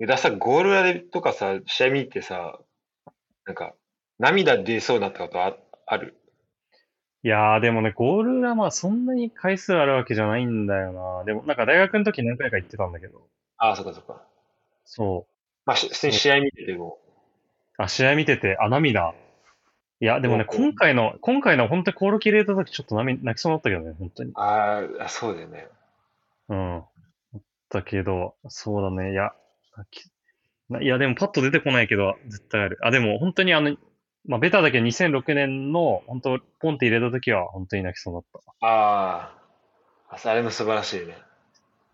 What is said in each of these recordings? えだからさ、ゴール裏でとかさ、試合見てさ、なんか、涙出そうになったことああるいやー、でもね、ゴール裏、まあ、そんなに回数あるわけじゃないんだよな。でも、なんか大学の時何回か行ってたんだけど。ああ、そっかそっか。そまあ、し普通に試合見てても。う。あ、試合見てて、あ、涙。いや、でもね、うん今回の、今回の本当にコール切れた時ちょっと涙、泣きそうになったけどね、本当に。あーあ、そうだよね。うん。だけど、そうだね、いや、泣きないや、でもパッと出てこないけど、絶対ある。あ、でも本当にあの、まあ、ベタだけど2006年の、本当ポンって入れた時は、本当に泣きそうだった。あーあ、そうあれも素晴らしいね。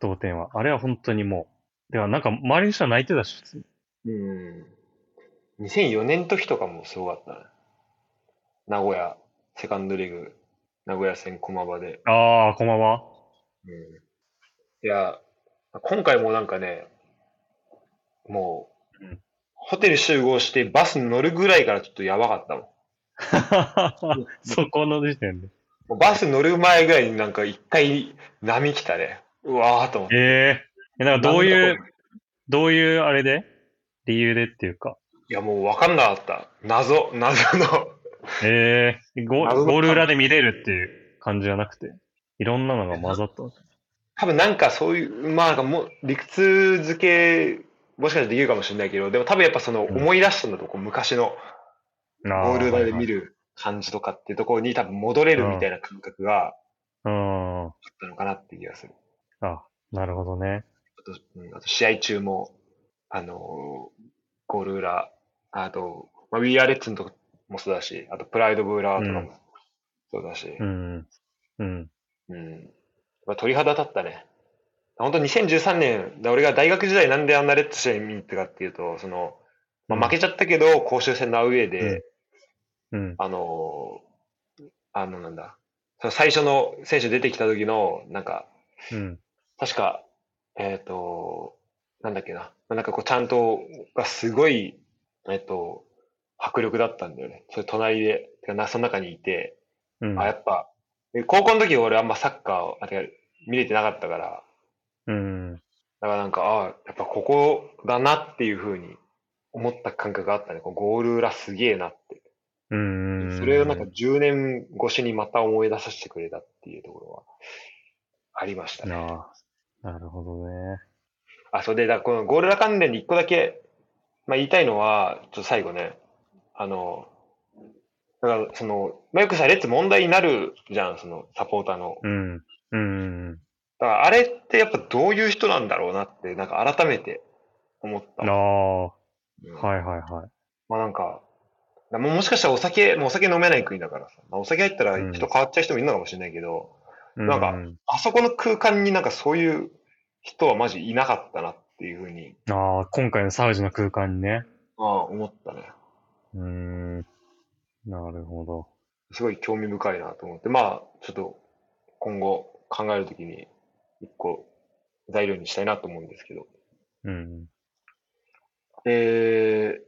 同点は。あれは本当にもう。では、なんか、周りの人は泣いてたし、普通にうん。2004年の時とかもすごかったね。名古屋、セカンドリーグ、名古屋戦駒場で。ああ、こんば んは。うん。いや、今回もなんかね、もう、うんホテル集合してバスに乗るぐらいからちょっとやばかったもん。そこの時点で。もうバス乗る前ぐらいになんか一回波来たね。うわーと思って。ええなんかどういなんうだ、これどういうあれで理由でっていうか。いやもうわかんなかった。謎、謎の。 ええゴなるほどゴール裏で見れるっていう感じじゃなくて、いろんなのが混 ざった。多分なんかそういう、まあなんかもう理屈付け、もしかしたらできるかもしれないけど、でも多分やっぱそのうん思い出したんだと、こう昔のゴゴール裏で見る。る感じとかっていうところに多分戻れるみたいな感覚があうん。あったのかなっていう気がする。なるほどね。あと、うん、あと試合中も、あのーゴール裏、あと、まあ、ウィーアレッツのとこもそうだし、あとプライドブーラーとかもそうだし、うん。うん。うん。まあ、鳥肌立ったね。本当2013年、だ俺が大学時代なんであんなレッツ試合見に行ったかっていうと、その、まあ、負けちゃったけど、公衆戦のアウェーで、うん。あのーあの、なんだ、その最初の選手出てきた時の、なんか、うん。確か、えっ、と、なんだっけな、なんかこう、ちゃんとがすごい、えっ、と、迫力だったんだよね。それ隣で、てかなその中にいて、うん。あ、やっぱ、え高校の時俺あんまサッカーを、あてか見れてなかったから、うん。だからなんか、ああ、やっぱここだなっていうふうに思った感覚があったね。こうゴール裏すげえなって。うん。それをなんか10年越しにまた思い出させてくれたっていうところはありましたね。あーなるほどね。あ、それで、だからこのゴール裏関連で一個だけ、まあ、言いたいのは、ちょっと最後ね、あの、だからその、まあ、よくさ、レッツ問題になるじゃん、そのサポーターの。うん。うん。だからあれってやっぱどういう人なんだろうなって、なんか改めて思っあた。あ、はういんはいはい。まあなんか、だもうもしかしたらお酒、もうお酒飲めない国だからさ、まあ、お酒入ったら人変わっちゃう人もいるのかもしれないけど、なんかうあそこの空間になんかそういう人はマジいなかったなっていうふうに、ああ、今回のサウジの空間にね。ああ思ったね。うーん。なるほど。すごい興味深いなと思って、まあ、ちょっと今後考えるときに一個材料にしたいなと思うんですけど。うん。えー、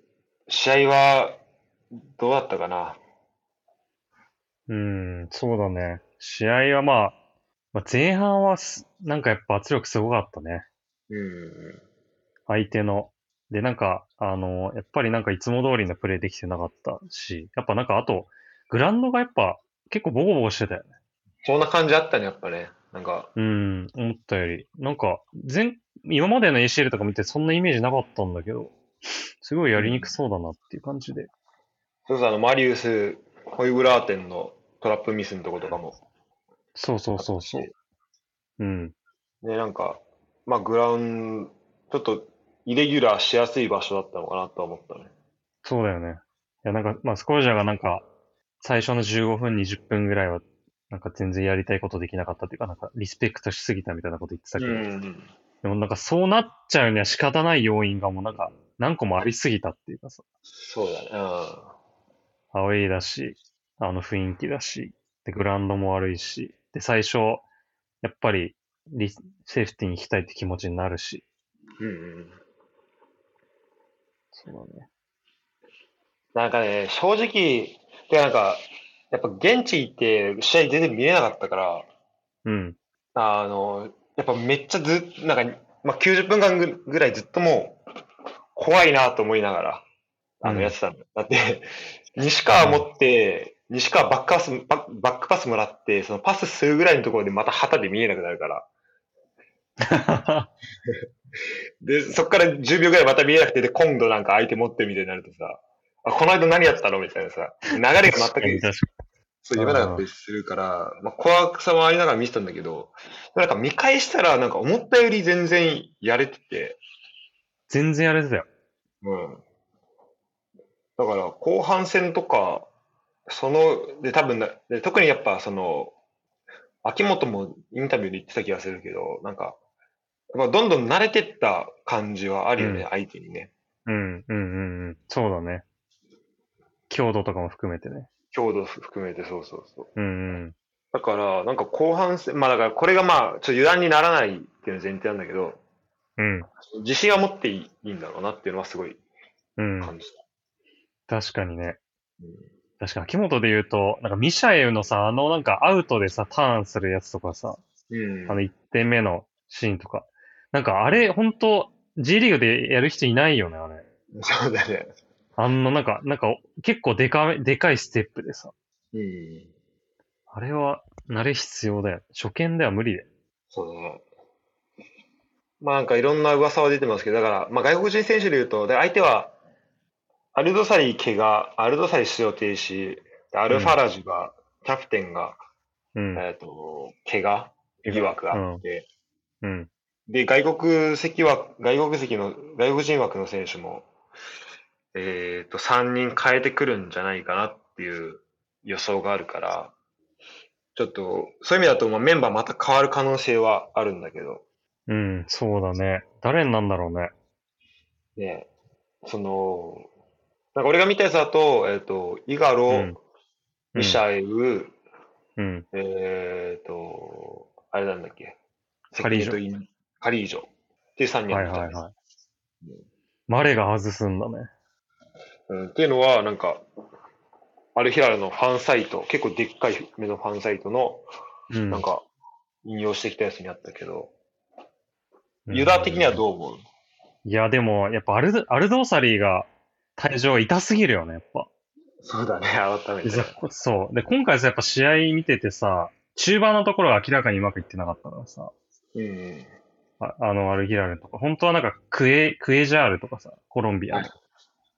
試合はどうだったかなうん、そうだね。試合はまあ、まあ、前半はすなんかやっぱ圧力すごかったね。うん。相手の。で、なんか、あの、やっぱりなんかいつも通りのプレーできてなかったし、やっぱなんかあと、グラウンドがやっぱ結構ボコボコしてたよね。そんな感じあったね、やっぱね。なんか、うん、思ったより。なんか、前、今までの ACL とか見てそんなイメージなかったんだけど、すごいやりにくそうだなっていう感じで。そうそう、あの、マリウス、ホイブラーテンのトラップミスのとことかも。そうそうそうそう。うん。ね、なんか、まあ、グラウンド、ちょっと、イレギュラーしやすい場所だったのかなとは思ったね。そうだよね。いや、なんか、まあ、スコージャーがなんか、最初の15分、20分ぐらいは、なんか全然やりたいことできなかったっていうか、なんかリスペクトしすぎたみたいなこと言ってたけど、ん。でもなんかそうなっちゃうには仕方ない要因がもうなんか、何個もありすぎたっていうかさ、そうだね。うん。アウェイだし、あの雰囲気だし、で、グラウンドも悪いし、で、最初、やっぱりリ、セーフティーに行きたいって気持ちになるし、うんうん、そうだね。なんかね、正直、でなんか、やっぱ現地行って試合全然見れなかったから、うん。あの、やっぱめっちゃずっなんか、まあ、90分間ぐぐらいずっともう、怖いなと思いながら、あうの、んやってたんだ。だって、西川持って、西川バックパス、バッバックパスもらって、そのパスするぐらいのところでまた旗で見えなくなるから。で、そっから10秒ぐらいまた見えなくて、で、今度なんか相手持ってるみたいになるとさ、あ、この間何やってたのみたいなさ、流れが全確かく、に確かそう、読めなかったりするから、まあ、怖さもありながら見てたんだけど、なんか見返したら、なんか思ったより全然やれてて、全然やれてたよ。うん。だから、後半戦とか、その、で、多分なで、特にやっぱ、その、秋元もインタビューで言ってた気がするけど、なんか、やっぱどんどん慣れてった感じはあるよね、うん相手にね。うん、うん、うんうん。そうだね。強度とかも含めてね。強度含めて、そうそうそう。うん、うん。だから、なんか後半戦、まあだからこれがまあ、ちょっと油断にならないっていうのが前提なんだけど、うん、自信は持っていいんだろうなっていうのはすごいうん。感じた。確かにねうん。確かに、秋元で言うと、なんかミシャエウのさ、あのなんかアウトでさ、ターンするやつとかさ、うん。あの1点目のシーンとか。なんかあれ、ほんと、G リーグでやる人いないよね、あれ。そうだね。あの、なんか、なんか、結構でかめ、でかいステップでさ。うん。あれは、慣れ必要だよ。初見では無理で。そうだね。まあなんかいろんな噂は出てますけど、だから、まあ外国人選手で言うと、で相手は、アルドサリ怪我、アルドサリ出場停止、でアルファラジュが、キャプテンが、うん。えっと、怪我疑惑があって、うん。で、外国籍は、外国籍の、外国人枠の選手も、えっ、と、3人変えてくるんじゃないかなっていう予想があるから、ちょっと、そういう意味だと、まあ、メンバーまた変わる可能性はあるんだけど、うん、そうだね。誰になんだろうね。ね、その、なんか俺が見たやつだと、えっ、と、イガロ、うんミシャエウ、うん。えっ、と、あれなんだっけ、カリージョ関根とインカリージョっていう3人はいみたいはいですはい。マレが外すんだね。うん、っていうのは、なんか、アルヒラルのファンサイト、結構でっかい目のファンサイトの、うん。なんか、引用してきたやつにあったけど、うん、ユダ的にはどう思ういや、でも、やっぱアルド、アルドーサリーが、退場痛すぎるよね、やっぱ。そうだね、改めでて。さそう。で、今回さ、やっぱ試合見ててさ、中盤のところが明らかにうまくいってなかったからさ、うん。ああの、アルヒラルとか、本当はなんかクエ、クエジャールとかさ、コロンビアの、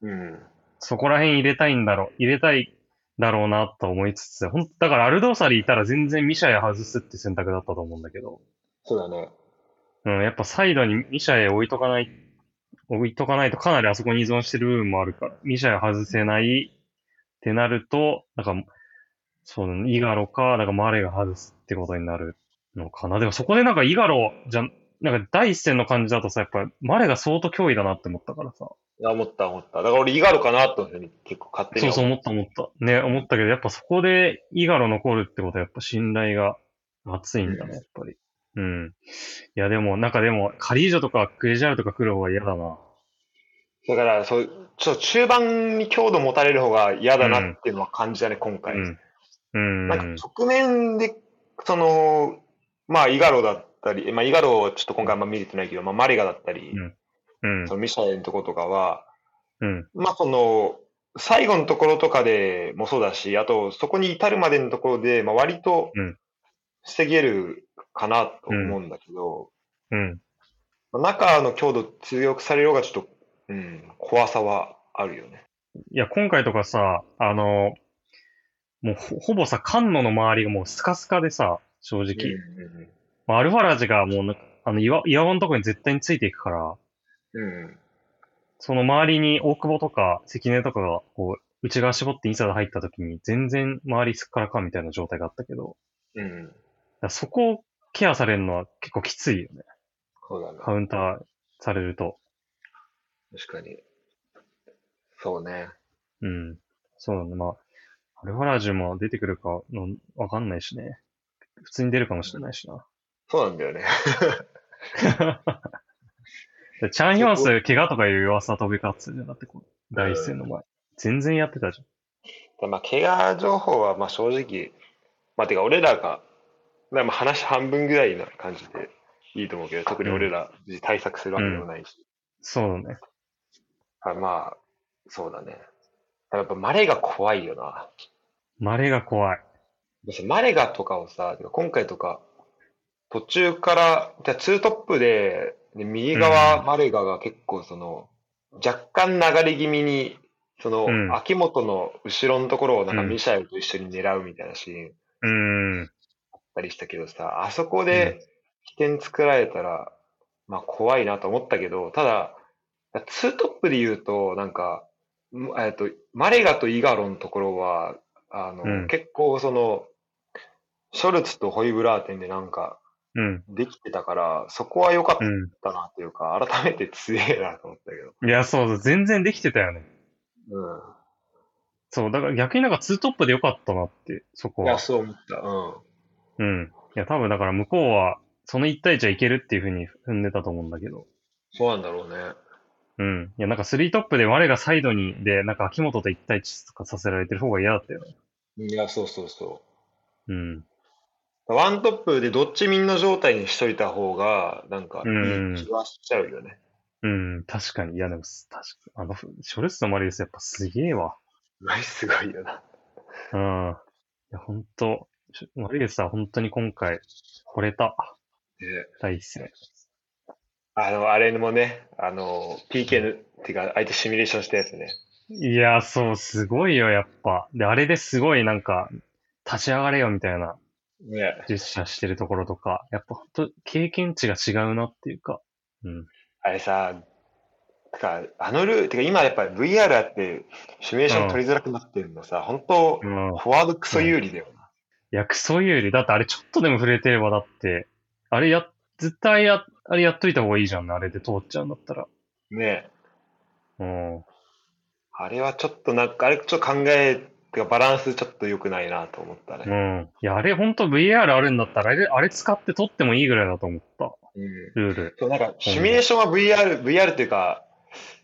うん。そこら辺入れたいんだろう、入れたいだろうなと思いつつ、ほんだからアルドーサリーいたら全然ミシャエ外すって選択だったと思うんだけど、そうだね。うん、やっぱサイドにミシャエ置いとかない、置いとかないとかなりあそこに依存してる部分もあるから、ミシャエ外せないってなると、なんか、そうだね、イガロか、なんかマレが外すってことになるのかな。でもそこでなんかイガロじゃ、なんか第一戦の感じだとさ、やっぱマレが相当脅威だなって思ったからさ。いや、思った思った。だから俺、イガロかなと思って、結構勝手にそうはそう思っ思った思った。ね、思ったけど、やっぱそこでイガロ残るってことはやっぱ信頼が厚いんだね、やっぱり。うん。いやでも、なんかでも、カリージョとかクエジャールとか来る方が嫌だな。た。だから、そう、ちょっと中盤に強度持たれる方が嫌だなっていうのは感じたね、今回。うん。うなんんか。側面で、その、まあ、イガロだったり、まあ、イガロはちょっと今回あんま見れてないけど、まあ、マリガだったり、うんそ。のミシャエのとことかは、うん。まあ、その、最後のところとかでもそうだし、あと、そこに至るまでのところで、まあ、割とうん、防げるかなと思うんだけど、うん。まあ中の強度強くされる方がちょっと、うん、怖さはあるよね。いや、今回とかさ、あの、もうほほぼさ、カンノの周りがもうスカスカでさ、正直。まあアルファラジがもうなんか、あの岩、岩場のとこに絶対についていくから、うん。うん。その周りに大久保とか関根とかが、こう、内側絞ってインサイド入った時に、全然周りすっからかんみたいな状態があったけど、うん。だからそこをケアされるのは結構きついよね。そうだね。カウンターされると。確かに。そうね。うん。そうなんだ。まあ、アルファラージュも出てくるかの、わかんないしね。普通に出るかもしれないしな。そうなんだよね。でチャン・ヒョンス、怪我とかいう噂飛び交ってたじゃん。だってこう、第一戦の前。全然やってたじでまあ、怪我情報は、まあ、正直、まあ、てか、俺らが、まあ、まあ話半分ぐらいな感じでいいと思うけど、特に俺ら、対策するわけでもないし。ゃん。そうだね。あまあ、そうだね。やっぱマレが怖いよな。マレが怖い。私マレガとかをさ、今回とか、途中から、じゃあツートップで、で右側、うんマレガが結構その、若干流れ気味に、その、うん秋元の後ろのところをなんかうんミシャエルと一緒に狙うみたいなシーンうーん。あったりしたけどさ、あそこで起点作られたら、まあ怖いなと思ったけど、ただ、ツートップで言うと、なんか、んえっと、マレガとイガロのところは、あの、うん結構その、ショルツとホイブラーテンでなんかうん。できてたから、そこは良かっうん。たなっていうか、改めて強えなと思ったけど。いや、そうそう、全然できてたよね。うそう、だから逆になんかツートップでよかったなって、そこん。いや、は。そう思った。うん。うん。いや、多分だから向こうは、その1対1はいけるっていうふうに踏んでたと思うんだけど。そうなんだろうね。うん。いや、なんか3トップで我がサイドに、で、なんか秋元と1対1とかさせられてる方が嫌だったよね。いや、そうそうそう。うん。ワントップでどっちみんの状態にしといた方が、なんか、いい気はしちゃうよね。うん、確かに。いや、でも、す確かあの、ショルツのマリウスやっぱすげえわ。マジすごいよな。うん。いや、ほんと、しマリウスは本当に今回、惚れた。で第一戦。あの、あれもね、あの、PK の、っていうか、相手シミュレーションしたやつね。いや、そう、すごいよ、やっぱ。で、あれですごい、なんか、立ち上がれよ、みたいな、ね。ジェスチャーしてるところとか、やっぱ、ほんと、経験値が違うなっていうか。うん。あれさ、てか、あのルー、てか今やっぱり VR あって、シミュレーション取りづらくなってるのさ、本当、うん。いフォワードクソ有利だよな。や、クソ有利。だって、あれちょっとでも触れてれば、だって、あれや、絶対や、あれやっといた方がいいじゃんね、あれで通っちゃうんだったら。ね。うん。あれはちょっとなんか、あれちょっと考え、てか、バランスちょっと良くないなと思ったうね。ん。いや、あれ、ほんと VR あるんだったら、あれ、あれ使って取ってもいいぐらいだと思った。うん。ルール。そう、なんか、シミュレーションは VR、VR っていうか、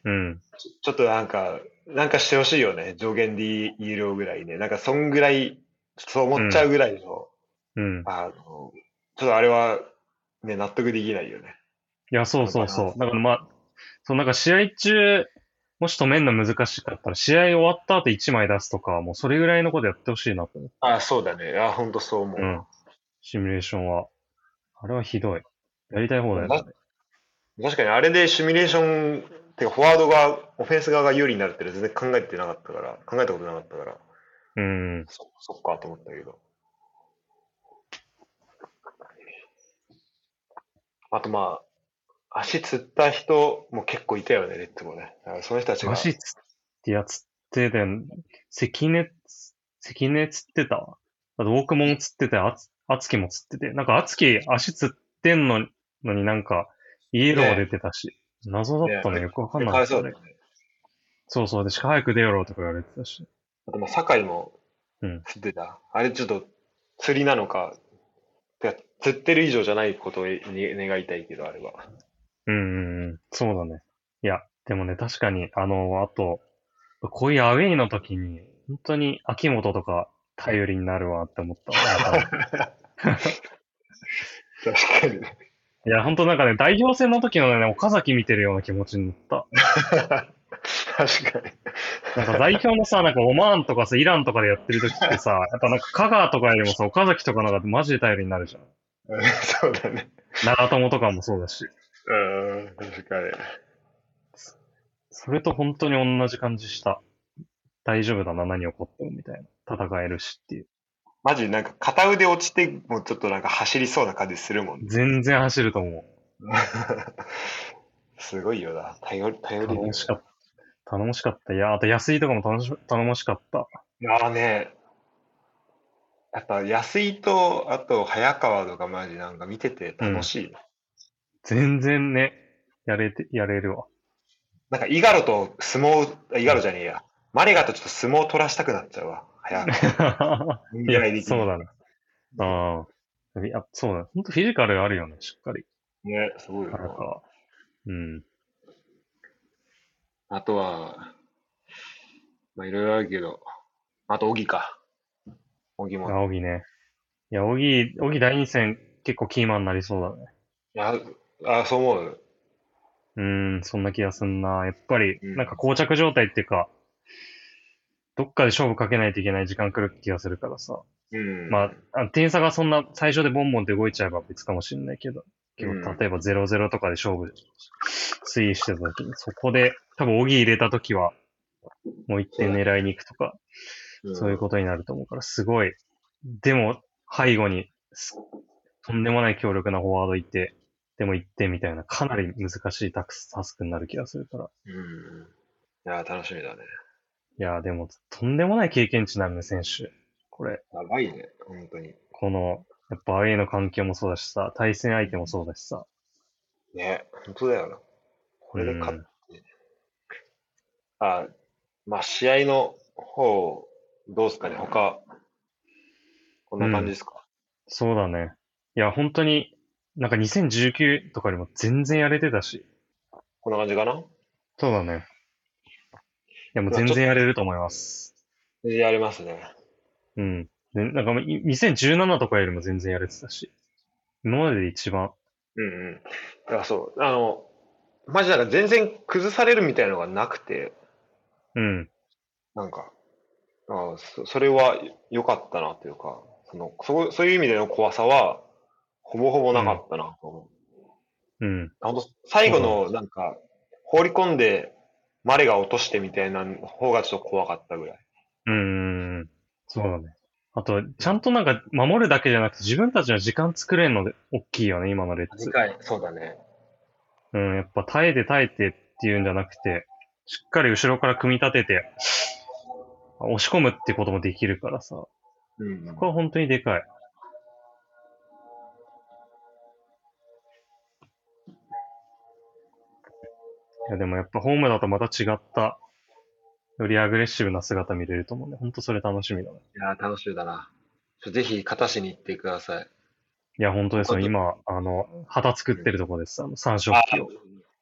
うん。ちょっとなんか、なんかしてほしいよね。上限で有料ぐらいね。なんか、そんぐらい、そう思っちゃうぐらいの、うん。あの、ちょっとあれは、ね、納得できないよね。いや、そうそうなそんう。かだからまあ、そう、なんか試合中、もし止めんの難しかったら、試合終わった後1枚出すとか、もうそれぐらいのことやってほしいなと思う。あそうだね。あ本当そう思う。うん。シミュレーションは。あれはひどい。やりたい方だよね。確かに、あれでシミュレーション、てか、フォワードが、オフェンス側が有利になるってのは全然考えてなかったから、考えたことなかったから、うん。そそっかと思ったけど。あとまあ、足つった人も結構いたよね、レッツもね。だからその人たちが。足つってやつってたよね。関根つ、関根つってたわ。あと、大久保もつってたよ。あつ、あつきもつってて。なんか、あつき足つってんののになんか、イエロー出てたし。謎だったのねよくわかんかなかわっいたそね、うだよね。そうそう。で、しか早く出ろとか言われてたし。あと、まあ、酒井もうん釣ってた。あれ、ちょっと、釣りなのか、てか釣ってる以上じゃないことをに願いたいけど、あれは。うんうんうん、そうだね。いや、でもね、確かに、あの、あと、こういうアウェイの時に、本当に秋元とか頼りになるわって思ったわ。確かに。いや、本当なんかね、代表戦の時のね、岡崎見てるような気持ちになった。確かに。 なんか代表のさ、なんかオマーンとかさ、イランとかでやってる時ってさ、やっぱなんか香川とかよりもさ、岡崎とかなんかマジで頼りになるじゃん。そうだね。長友とかもそうだし。うん、確かに。それと本当に同じ感じした。大丈夫だな、何起こってもみたいな。戦えるしっていう。マジ、なんか、片腕落ちて、もうちょっとなんか走りそうな感じするもんね。全然走ると思う。 すごいよな。頼り、頼り頼にもしかった。頼もしかった。いや、あと安井とかも楽し頼もしかった。いやーね、やっぱ安井と、あと早川とかマジなんか見てて楽しい。全然ね、やれて、やれるわ。なんかイガロと相撲、あイガロじゃねえや。マレガとちょっと相撲取らしたくなっちゃうわ。早 川。いや未来的、にそうだね。ああ。いや、そうだ。本当フィジカルあるよね、しっかり。ね、すごいよななんかうん。あとは、まあいろいろあるけど、あと小木か。小木も。青木ね。いや、小木、小木第二戦結構キーマンになりそうだね。あ、あそう思う。うーん、そんな気がすんな。やっぱり、うんなんか膠着状態っていうか、どっかで勝負かけないといけない時間来る気がするからさ。うん。まあ、あ点差がそんな最初でボンボンって動いちゃえば別かもしれないけど、けどうん例えば0-0とかで勝負、推移してた時に、そこで、多分、オギ入れた時は、もう一点狙いに行くとか、うん、そういうことになると思うから、すごい。でも、背後にす、とんでもない強力なフォワードいて、でも1点みたいな、かなり難しいタクスタスクになる気がするから。うん。いやー、楽しみだね。いやー、でも、とんでもない経験値なんで、選手。これ、やばいね、本当に。この、やっぱアウェイの環境もそうだしさ、対戦相手もそうだしさ。ね、本当だよな。これで勝っうんあ、まあ、試合の方、どうすかね、他、こんな感じですか。そうだね。いや、本当に、なんか2019とかよりも全然やれてたし。こんな感じかなそうだね。いや、もう全然やれると思います。やりますね。うん。で、なんかもうい2017とかよりも全然やれてたし。今までで一番。うんうん。だからそう、あの、マジなんか全然崩されるみたいなのがなくて、うん。なんか、あそそれは良かったなというか、そのそう、そういう意味での怖さは、ほぼほぼなかったなと思う。うん。本当最後のなんか、放り込んで、マレが落としてみたいな方がちょっと怖かったぐらい。うーん。そうだね。あと、ちゃんとなんか守るだけじゃなくて自分たちの時間作れるので大きいよね、今のレッツ。回、そうだね。うん、やっぱ耐えて耐えてっていうんじゃなくて、しっかり後ろから組み立てて、押し込むってこともできるからさ。うん、これは本当にでかい。いや、でもやっぱホームだとまた違った、よりアグレッシブな姿見れると思うんで、本当それ楽しみだね。いやー、楽しみだな。ちょぜひ、片しに行ってください。いや、本当ですよ。本当今、あの、旗作ってるとこです。あの、三色あ旗を。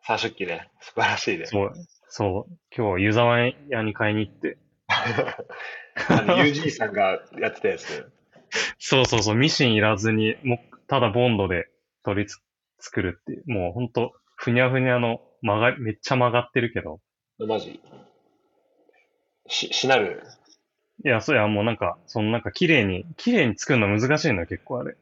三色旗ね。素晴らしいね。そう、そう。今日、湯沢屋に買いに行って。あの UG さんがやってたやつ。そうそうそう、ミシンいらずに、もう、ただボンドで取りつ作るっていう。もう本当ふにゃふにゃの、曲がり、めっちゃ曲がってるけど、マジ。し、しなる。いや、そりゃもうなんか、そのなんか綺麗に、綺麗に作るの難しいのよ、結構あれ。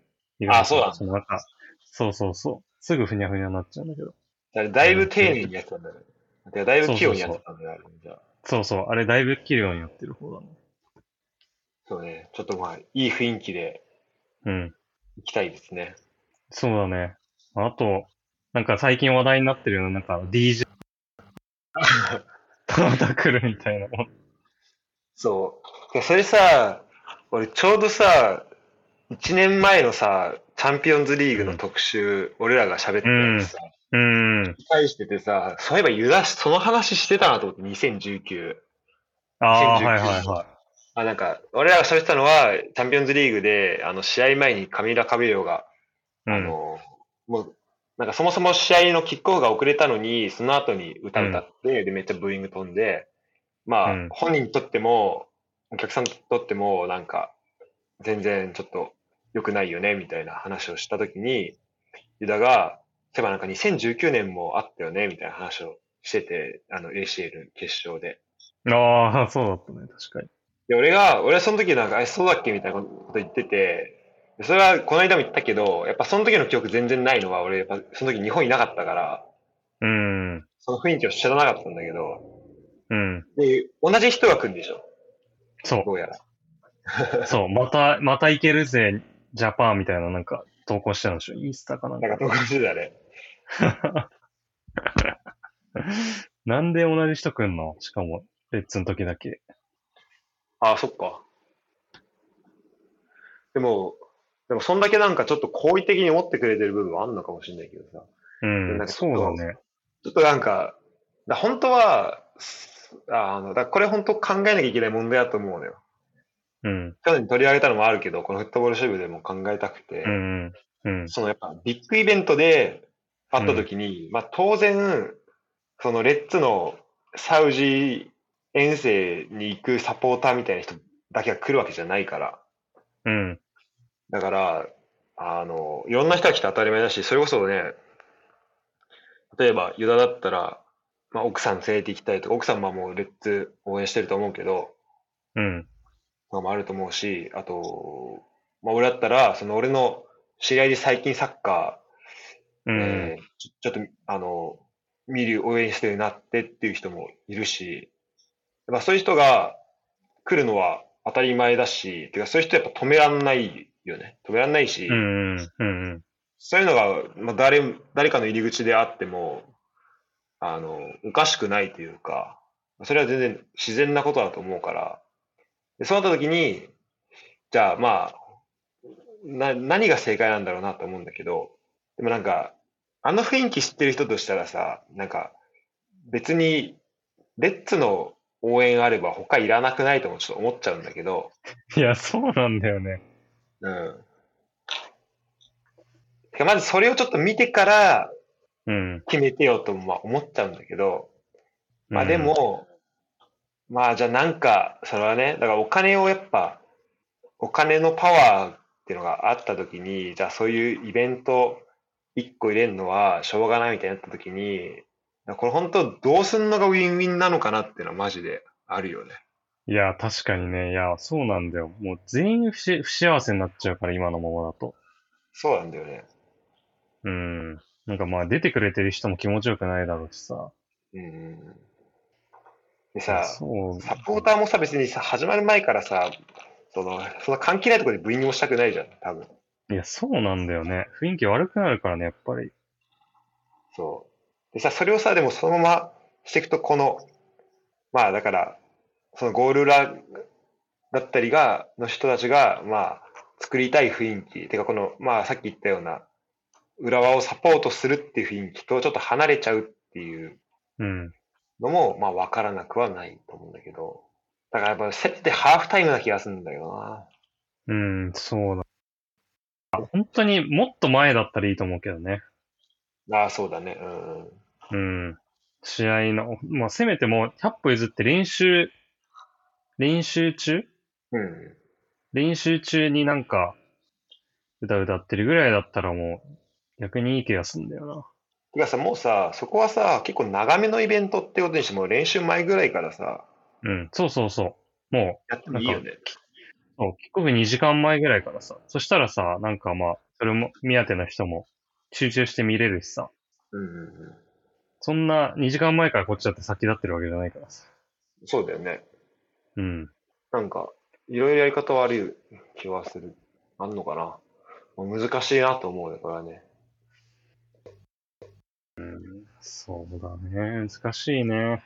あそうだそのなんか、そうそうそう。すぐふにゃふにゃになっちゃうんだけど。だだいぶ丁寧にやってたんだよね。だからだいぶ器用にやってたんだよ、あれじゃあそうそう、あれだいぶ切るようにやってる方だね。そうね。ちょっとまあ、いい雰囲気でうん。行きたいですね。そうだね。あと、なんか最近話題になってるような、なんか DJ とまた来るみたいなもん。そう。いやそれさ、俺ちょうどさ、1年前のさ、チャンピオンズリーグの特集、俺らが喋ってたやつさ、うーん。返しててさ、そういえばユダ、その話してたなと思って、2019。ああ、 2019はいはいはい。あ、なんか、俺らが喋ってたのは、チャンピオンズリーグで、あの、試合前にカミラ・カベリオが、うんあの、もう、なんかそもそも試合のキックオフが遅れたのに、その後に歌歌って、で、めっちゃブーイング飛んで、まあ、うん本人にとっても、お客さんにとっても、なんか、全然ちょっと良くないよね、みたいな話をしたときに、ユダが、例えばなんか2019年もあったよね、みたいな話をしてて、あの、ACL 決勝で。ああ、 そうだったね、確かに。で、俺が、俺はその時なんか、え、そうだっけみたいなこと言ってて、でそれはこの間も言ったけど、やっぱその時の記憶全然ないのは、俺、やっぱその時日本いなかったから、うーん。その雰囲気を知らなかったんだけど、うん。で、同じ人が来るんでしょそう。どうやら。そう、また、また行けるぜ、ジャパンみたいななんか投稿してたんでしょインスタかなんなんか、か。どこしてたね。なんで同じ人来んのしかも、レッツの時だけ。ああ、そっか。でも、でも、そんだけなんかちょっと好意的に思ってくれてる部分はあんのかもしれないけどさ。うなんん、かそうだね。ちょっとなんか、だ本当は、ああの、だこれ本当考えなきゃいけない問題だと思うのよ。うん、去年取り上げたのもあるけど、このフットボール支部でも考えたくて、うん、うん、そのやっぱビッグイベントであった時に、まあ当然、そのレッツのサウジ遠征に行くサポーターみたいな人だけが来るわけじゃないから、うん、だから、あの、いろんな人が来て当たり前だし、それこそね、例えば、ユダだったら、まあ、奥さん連れて行きたいとか、奥さんはもうレッツ応援してると思うけど、うん。のもあると思うし、あと、まあ、俺だったら、その俺の知り合いで最近サッカうー、んえ。ーちょちょっと、あの、見る、応援してるなってっていう人もいるし、まあ、そういう人が来るのは当たり前だし、てかそういう人やっぱ止めらんないよね。止めらんないし、うん。うん。うん。そういうのが、まあ、誰、誰かの入り口であっても、あの、おかしくないというか、それは全然自然なことだと思うから、でそうなった時に、じゃあまあ、な、何が正解なんだろうなと思うんだけど、でもなんか、あの雰囲気知ってる人としたらさ、なんか、別に、レッツの応援あれば他いらなくないともちょっと思っちゃうんだけど、いや、そうなんだよね。うん。てかまずそれをちょっと見てから、うん。決めてよともまあ思っちゃうんだけど、まあでも、まあじゃあなんか、それはね、だからお金をやっぱ、お金のパワーっていうのがあった時に、じゃあそういうイベント1個入れるのはしょうがないみたいになった時に、これ本当どうすんのがウィンウィンなのかなっていうのはマジであるよね。いや、確かにね。いや、そうなんだよ。もう全員不し不幸せになっちゃうから、今のままだと。そうなんだよね。うん。なんかまあ、出てくれてる人も気持ちよくないだろうしさ。うん。でさ、そう。サポーターもさ、別にさ、始まる前からさ、その、そんな関係ないところで部員をしたくないじゃん、多分。いや、そうなんだよね。雰囲気悪くなるからね、やっぱり。そう。でさ、それをさ、でもそのまましていくと、この、まあだから、そのゴール裏だったりが、の人たちが、まあ、作りたい雰囲気、てかこの、まあさっき言ったような、浦和をサポートするっていう雰囲気とちょっと離れちゃうっていううん。のも、まあわからなくはないと思うんだけど、だからやっぱせめてハーフタイムな気がするんだよな。うん、そうだ。あ本当にもっと前だったらいいと思うけどね。ああ、そうだね。うん。うん。試合の、まあ、せめてもう100歩譲って練習、練習中うん。練習中になんか、歌歌ってるぐらいだったらもう、逆にいい気がすんだよな。てかさ、もうさ、そこはさ、結構長めのイベントってことにしても、練習前ぐらいからさ、うん、そうそうそう。もやってもいいよね。う、そうキックオフ2時間前ぐらいからさ。そしたらさ、なんかまあ、それも目当ての人も集中して見れるしさ。うんうんうん。そんな2時間前からこっちだって先立ってるわけじゃないからさ。そうだよね。うん。なんか、いろいろやり方はある気はする。あんのかな。もう難しいなと思うよ、これはね。そうだね。難しいね。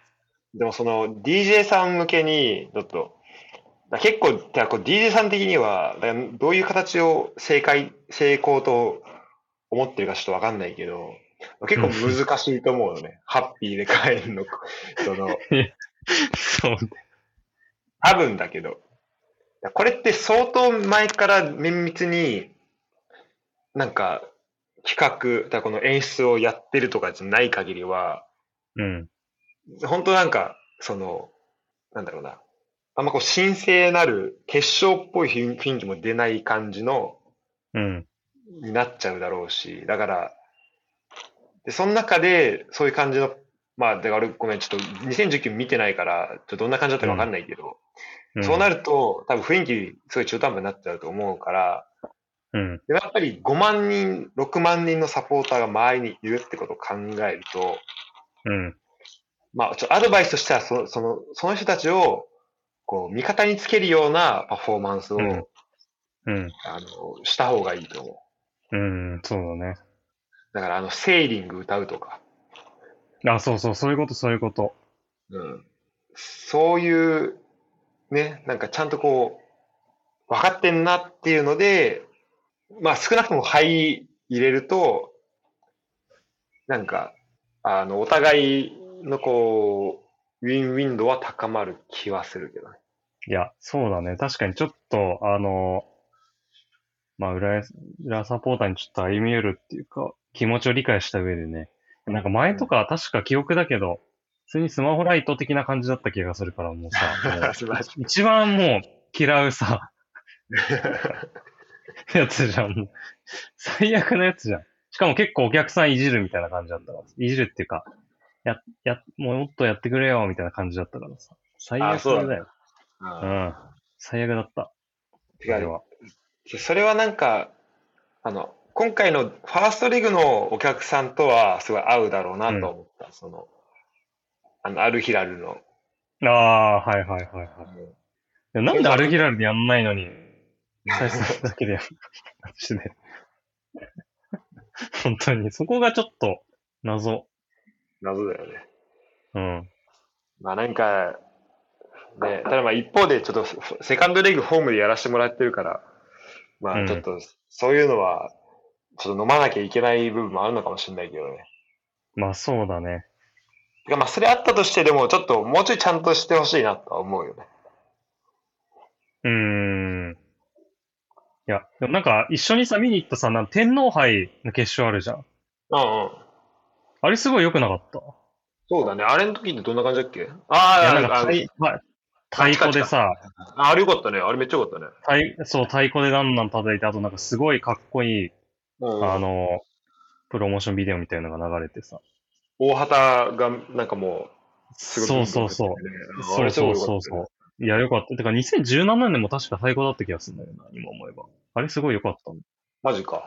でもその DJ さん向けに、ちょっと、だ結構、てかこう DJ さん的には、だどういう形を正解、成功と思ってるかちょっとわかんないけど、結構難しいと思うよね。ハッピーで帰るの。その、そう。多分だけど。これって相当前から綿密に、なんか、企画、だからこの演出をやってるとかじゃない限りは、うん。本当なんか、その、なんだろうな。あんまこう、神聖なる、決勝っぽい雰雰囲気も出ない感じの、うん。になっちゃうだろうし、だから、で、その中で、そういう感じの、まあ、だから俺ごめん、ちょっと2019見てないから、ちょっとどんな感じだったかわかんないけど、そうなる。ると、多分雰囲気、すごい中途半端になっちゃうと思うから、うん。でもやっぱり5万人、6万人のサポーターが周りにいるってことを考えると、うん。まあ、ちょアドバイスとしてはそ、その、その人たちを、こう、味方につけるようなパフォーマンスを、うんうん。あの、した方がいいと思う。うん。そうだね。だから、あの、セーリング歌うとか、あ、そうそう。そういうこと、そういうこと。うん。そういう、ね、なんかちゃんとこう、分かってんなっていうので、まあ少なくとも灰入れると、なんか、あの、お互いのこう、ウィンウィン度は高まる気はするけどね。いや、そうだね。確かにちょっと、あの、まあ、裏へ、裏サポーターにちょっと歩み寄るっていうか、気持ちを理解した上でね。なんか前とか、確か記憶だけど、普通にスマホライト的な感じだった気がするから、もうさ、も素晴らしう一番もう嫌 うさ、やつじゃん。もう最悪なやつじゃん。かも結構お客さんいじるみたいな感じだったから。いじるっていうか、や、や、もっとやってくれよ、みたいな感じだったからさ。最あ悪そうなんだよ。うあん。最悪だった。違うあれは。それはなんか、あの、今回のファーストリーグのお客さんとはすごい合うだろうなと思った。その、あの、アルヒラルの。ああ、はいはいはいはい。いやなんでアルギラルでやんないのに、最初だけでやる。マジで。本当に。そこがちょっと謎。謎だよね。うん。まあなんか、ね、ただまあ一方でちょっとフセカンドリーグホームでやらせてもらってるから、まうあんちょっとそういうのは、ちょっと飲まなきゃいけない部分もあるのかもしれないけどね。まあそうだね。てかまあそれあったとしてでもちょっともうちょいちゃんとしてほしいなとは思うよね。うーん。いや、でもなんか一緒にさ、見に行ったさ、なん天皇杯の決勝あるじゃん。うんうん。あれすごい良くなかった。そうだね。あれの時ってどんな感じだっけいや、あなあ、んかあ太ま太鼓でさ、ああれよかったね。あれめっちゃよかったね。太そう、太鼓でだんだん叩いて、あとなんかすごいかっこいい、うんうんあの、プロモーションビデオみたいなのが流れてさ。大畑がなんかもう、すごそいうそうそう。あそうれすごいうよかったねそそうそう。いや、よかった。てか、2017年も確か最高だった気がするんだよな、今思えば。あれすごい良かったの。マジか。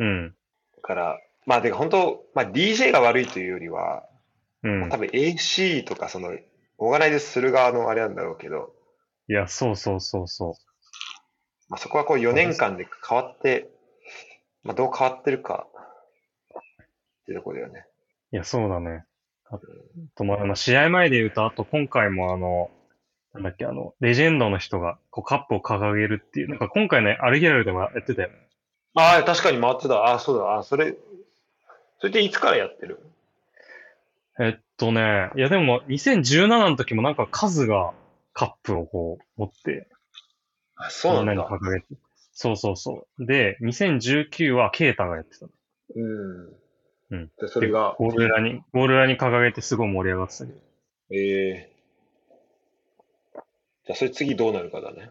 うん。だから、まあ、てか本当、まあ、DJ が悪いというよりは、うん多。分 AC とか、その、オーガナイズする側のあれなんだろうけど、いや、そうそうそうそまあ、そこはこう4年間で変わって、まあ、どう変わってるか、っていうとこだよね。う。いや、そうだね。あと、まあ、まあ試合前で言うと、あと今回もあの、なんだっけ、あの、レジェンドの人が、こう、カップを掲げるっていう、なんか今回ね、アルギラルでもやってたよ。ああ、確かに回ってた。ああ、そうだ。ああ、それ、それっていつからやってるえっとね、いや、でも、2017の時もなんか数がカップをこう、持って、あそうなみんんなだに。掲げて。そうそうそう。で、2019はケータがやってた。うん。うんで、それが、ゴール裏に、ゴール裏に掲げてすごい盛り上がってたけど。ええじゃあ、それ次どうなるかだね。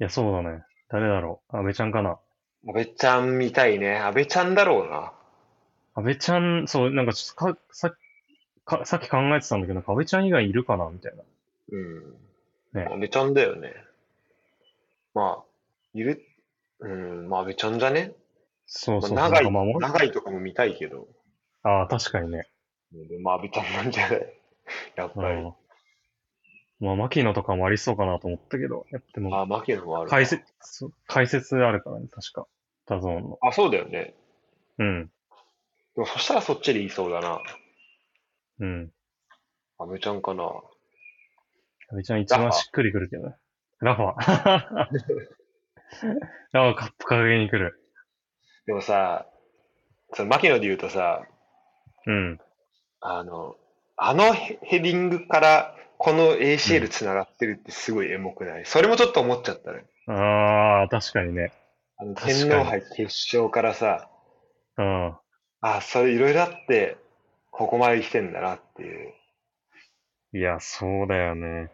いや、そうだね。誰だろう。安倍ちゃんかな。安倍ちゃんみたいね。安倍ちゃんだろうな。安倍ちゃん、そう、なんかちょっとか、さかさっき考えてたんだけど、なんか安倍ちゃん以外いるかなみたいな。うん。ね安倍ちゃんだよね。まあ、いる、うん、まあ安倍ちゃんじゃね。そうそうそう。まあ、長なんかまあい、もう長いとかも見たいけど、ああ、確かにね。うんまあ安倍ちゃんなんじゃない やっうぱん。り。まあ、牧野とかもありそうかなと思ったけど、やっぱでも、あ、マキのもある。解説、そう解説あるからね、確か。ダゾーンの。あ、そうだよね。うん。でもそしたらそっちで言いそうだな。うん。安倍ちゃんかな。安倍ちゃん一番しっくりくるけどね。ラ ファ。ラファカップ掲げに来る。でもさ、そのマキノで言うとさ、うん。あの、あのヘヘディングからこの ACL 繋がってるってすごいエモくない、それもちょっと思っちゃったね。ああ、確かにね。あの確かに天皇杯決勝からさ、うん。あ、それいろいろあって、ここまで来てんだなっていう。いや、そうだよね。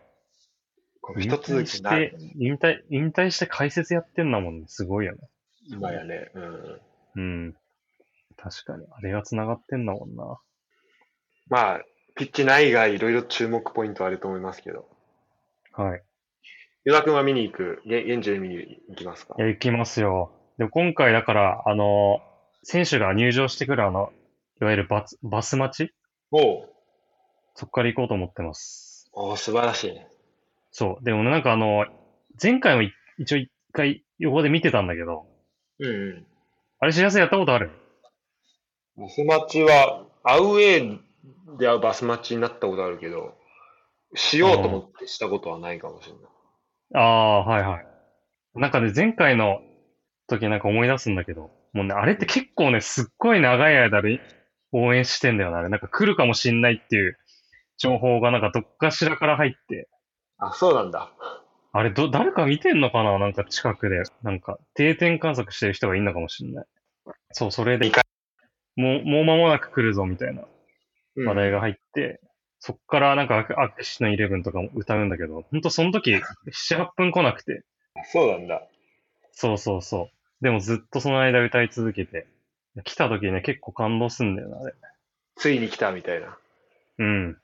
こう引一続退きしなて、引退、引退して解説やってんだもんね。すごいよね。今やね。うん。うん。確かに。あれが繋がってんだもんな。まあ、ピッチ内外いろいろ注目ポイントあると思いますけど。はい。ユダ君は見に行く、げ現地で見に行きますかいや、行きますよ。で、今回だから、あの、選手が入場してくるあの、いわゆるバス、バス待ちおうそこから行こうと思ってます。おう素晴らしいね。そう。でもなんかあの、前回もい一応一回予報で見てたんだけど、うんあれ知らせやったことあるうん。バスマッチは、アウェーではバスマッチになったことあるけど、しようと思ってしたことはないかもしれない。ああ、はいはい。なんかね、前回の時なんか思い出すんだけど、もうね、あれって結構ね、すっごい長い間で応援してんだよな、あれ。なんか来るかもしんないっていう情報がなんかどっかしらから入って、あ、そうなんだ。あれど、誰か見てんのかななんか近くで。なんか定点観測してる人がいんのかもしんない。そう、それで理解、もう、もう間もなく来るぞみたいなうん話題が入って、そっからなんかアクアクシのイレブンとかも歌うんだけど、ほんとその時、7、8分来なくて、あそうなんだ。そうそうそう。でもずっとその間歌い続けて、や来た時ね、結構感動すんだよな、あれ。ついに来たみたいな。うん。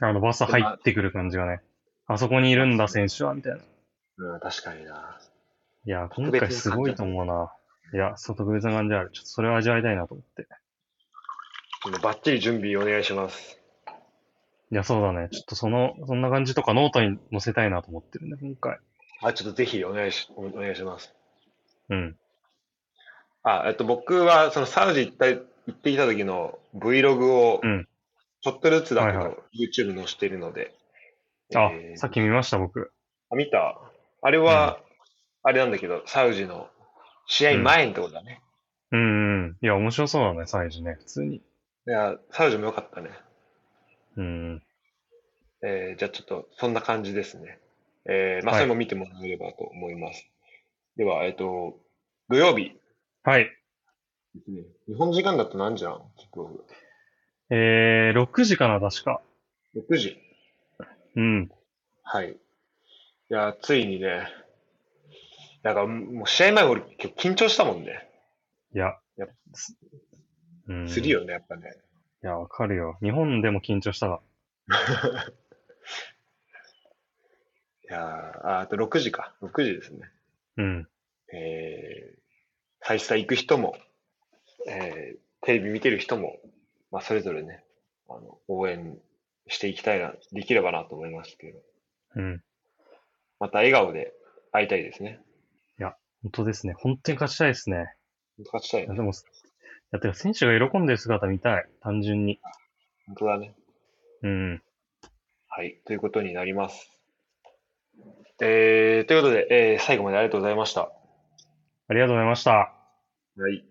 あの、バス入ってくる感じがね。あそこにいるんだ、選手は、みたいな。うん、確かにな。いや、今回すごいと思うな。いや、そう、特別な感じある。ちょっとそれを味わいたいなと思って。もうバッチリ準備お願いします。いや、そうだね。ちょっとその、そんな感じとかノートに載せたいなと思ってるね、今回。あ、ちょっとぜひお願いし、おお願いします。うん。あ、えっと、僕は、そのサウジ行った、行ってきた時の Vlog をうん、ちょっとずつだけはいはど、YouTube 載せているので。あ、えーさっき見ました、僕。あ見たあれは、あれなんだけど、サウジの試合前のとこだね。うん、うん。いや、面白そうだね、サイズね、普通に。いや、サウジも良かったね。うん。えーじゃあちょっと、そんな感じですね。えーまあ、はそいれも見てもらえればと思います。では、えっ、と、土曜日はい。ですね。日本時間だと何時なんキックオフ。えー、6時かな、確か。 6時。うん。はい。いや、ついにね、なんかもう試合前俺結構緊張したもんね。いや。やっすうん。する。よね、やっぱね。いや、わかるよ。日本でも緊張したわ。いやーああと6時か。6時ですね。うん。えー、再生行く人も、えー、テレビ見てる人も、まあ、それぞれね、あの、応援していきたいな、できればなと思いますけど、うん。また笑顔で会いたいですね。本当ですね。本当に勝ちたいですね。勝ちたいいや、な。でも、いや、てか選手が喜んでる姿見たい。単純に。本当だね。うん。はい、ということになります。えー、ということで、えー、最後までありがとうございました。ありがとうございました。はい。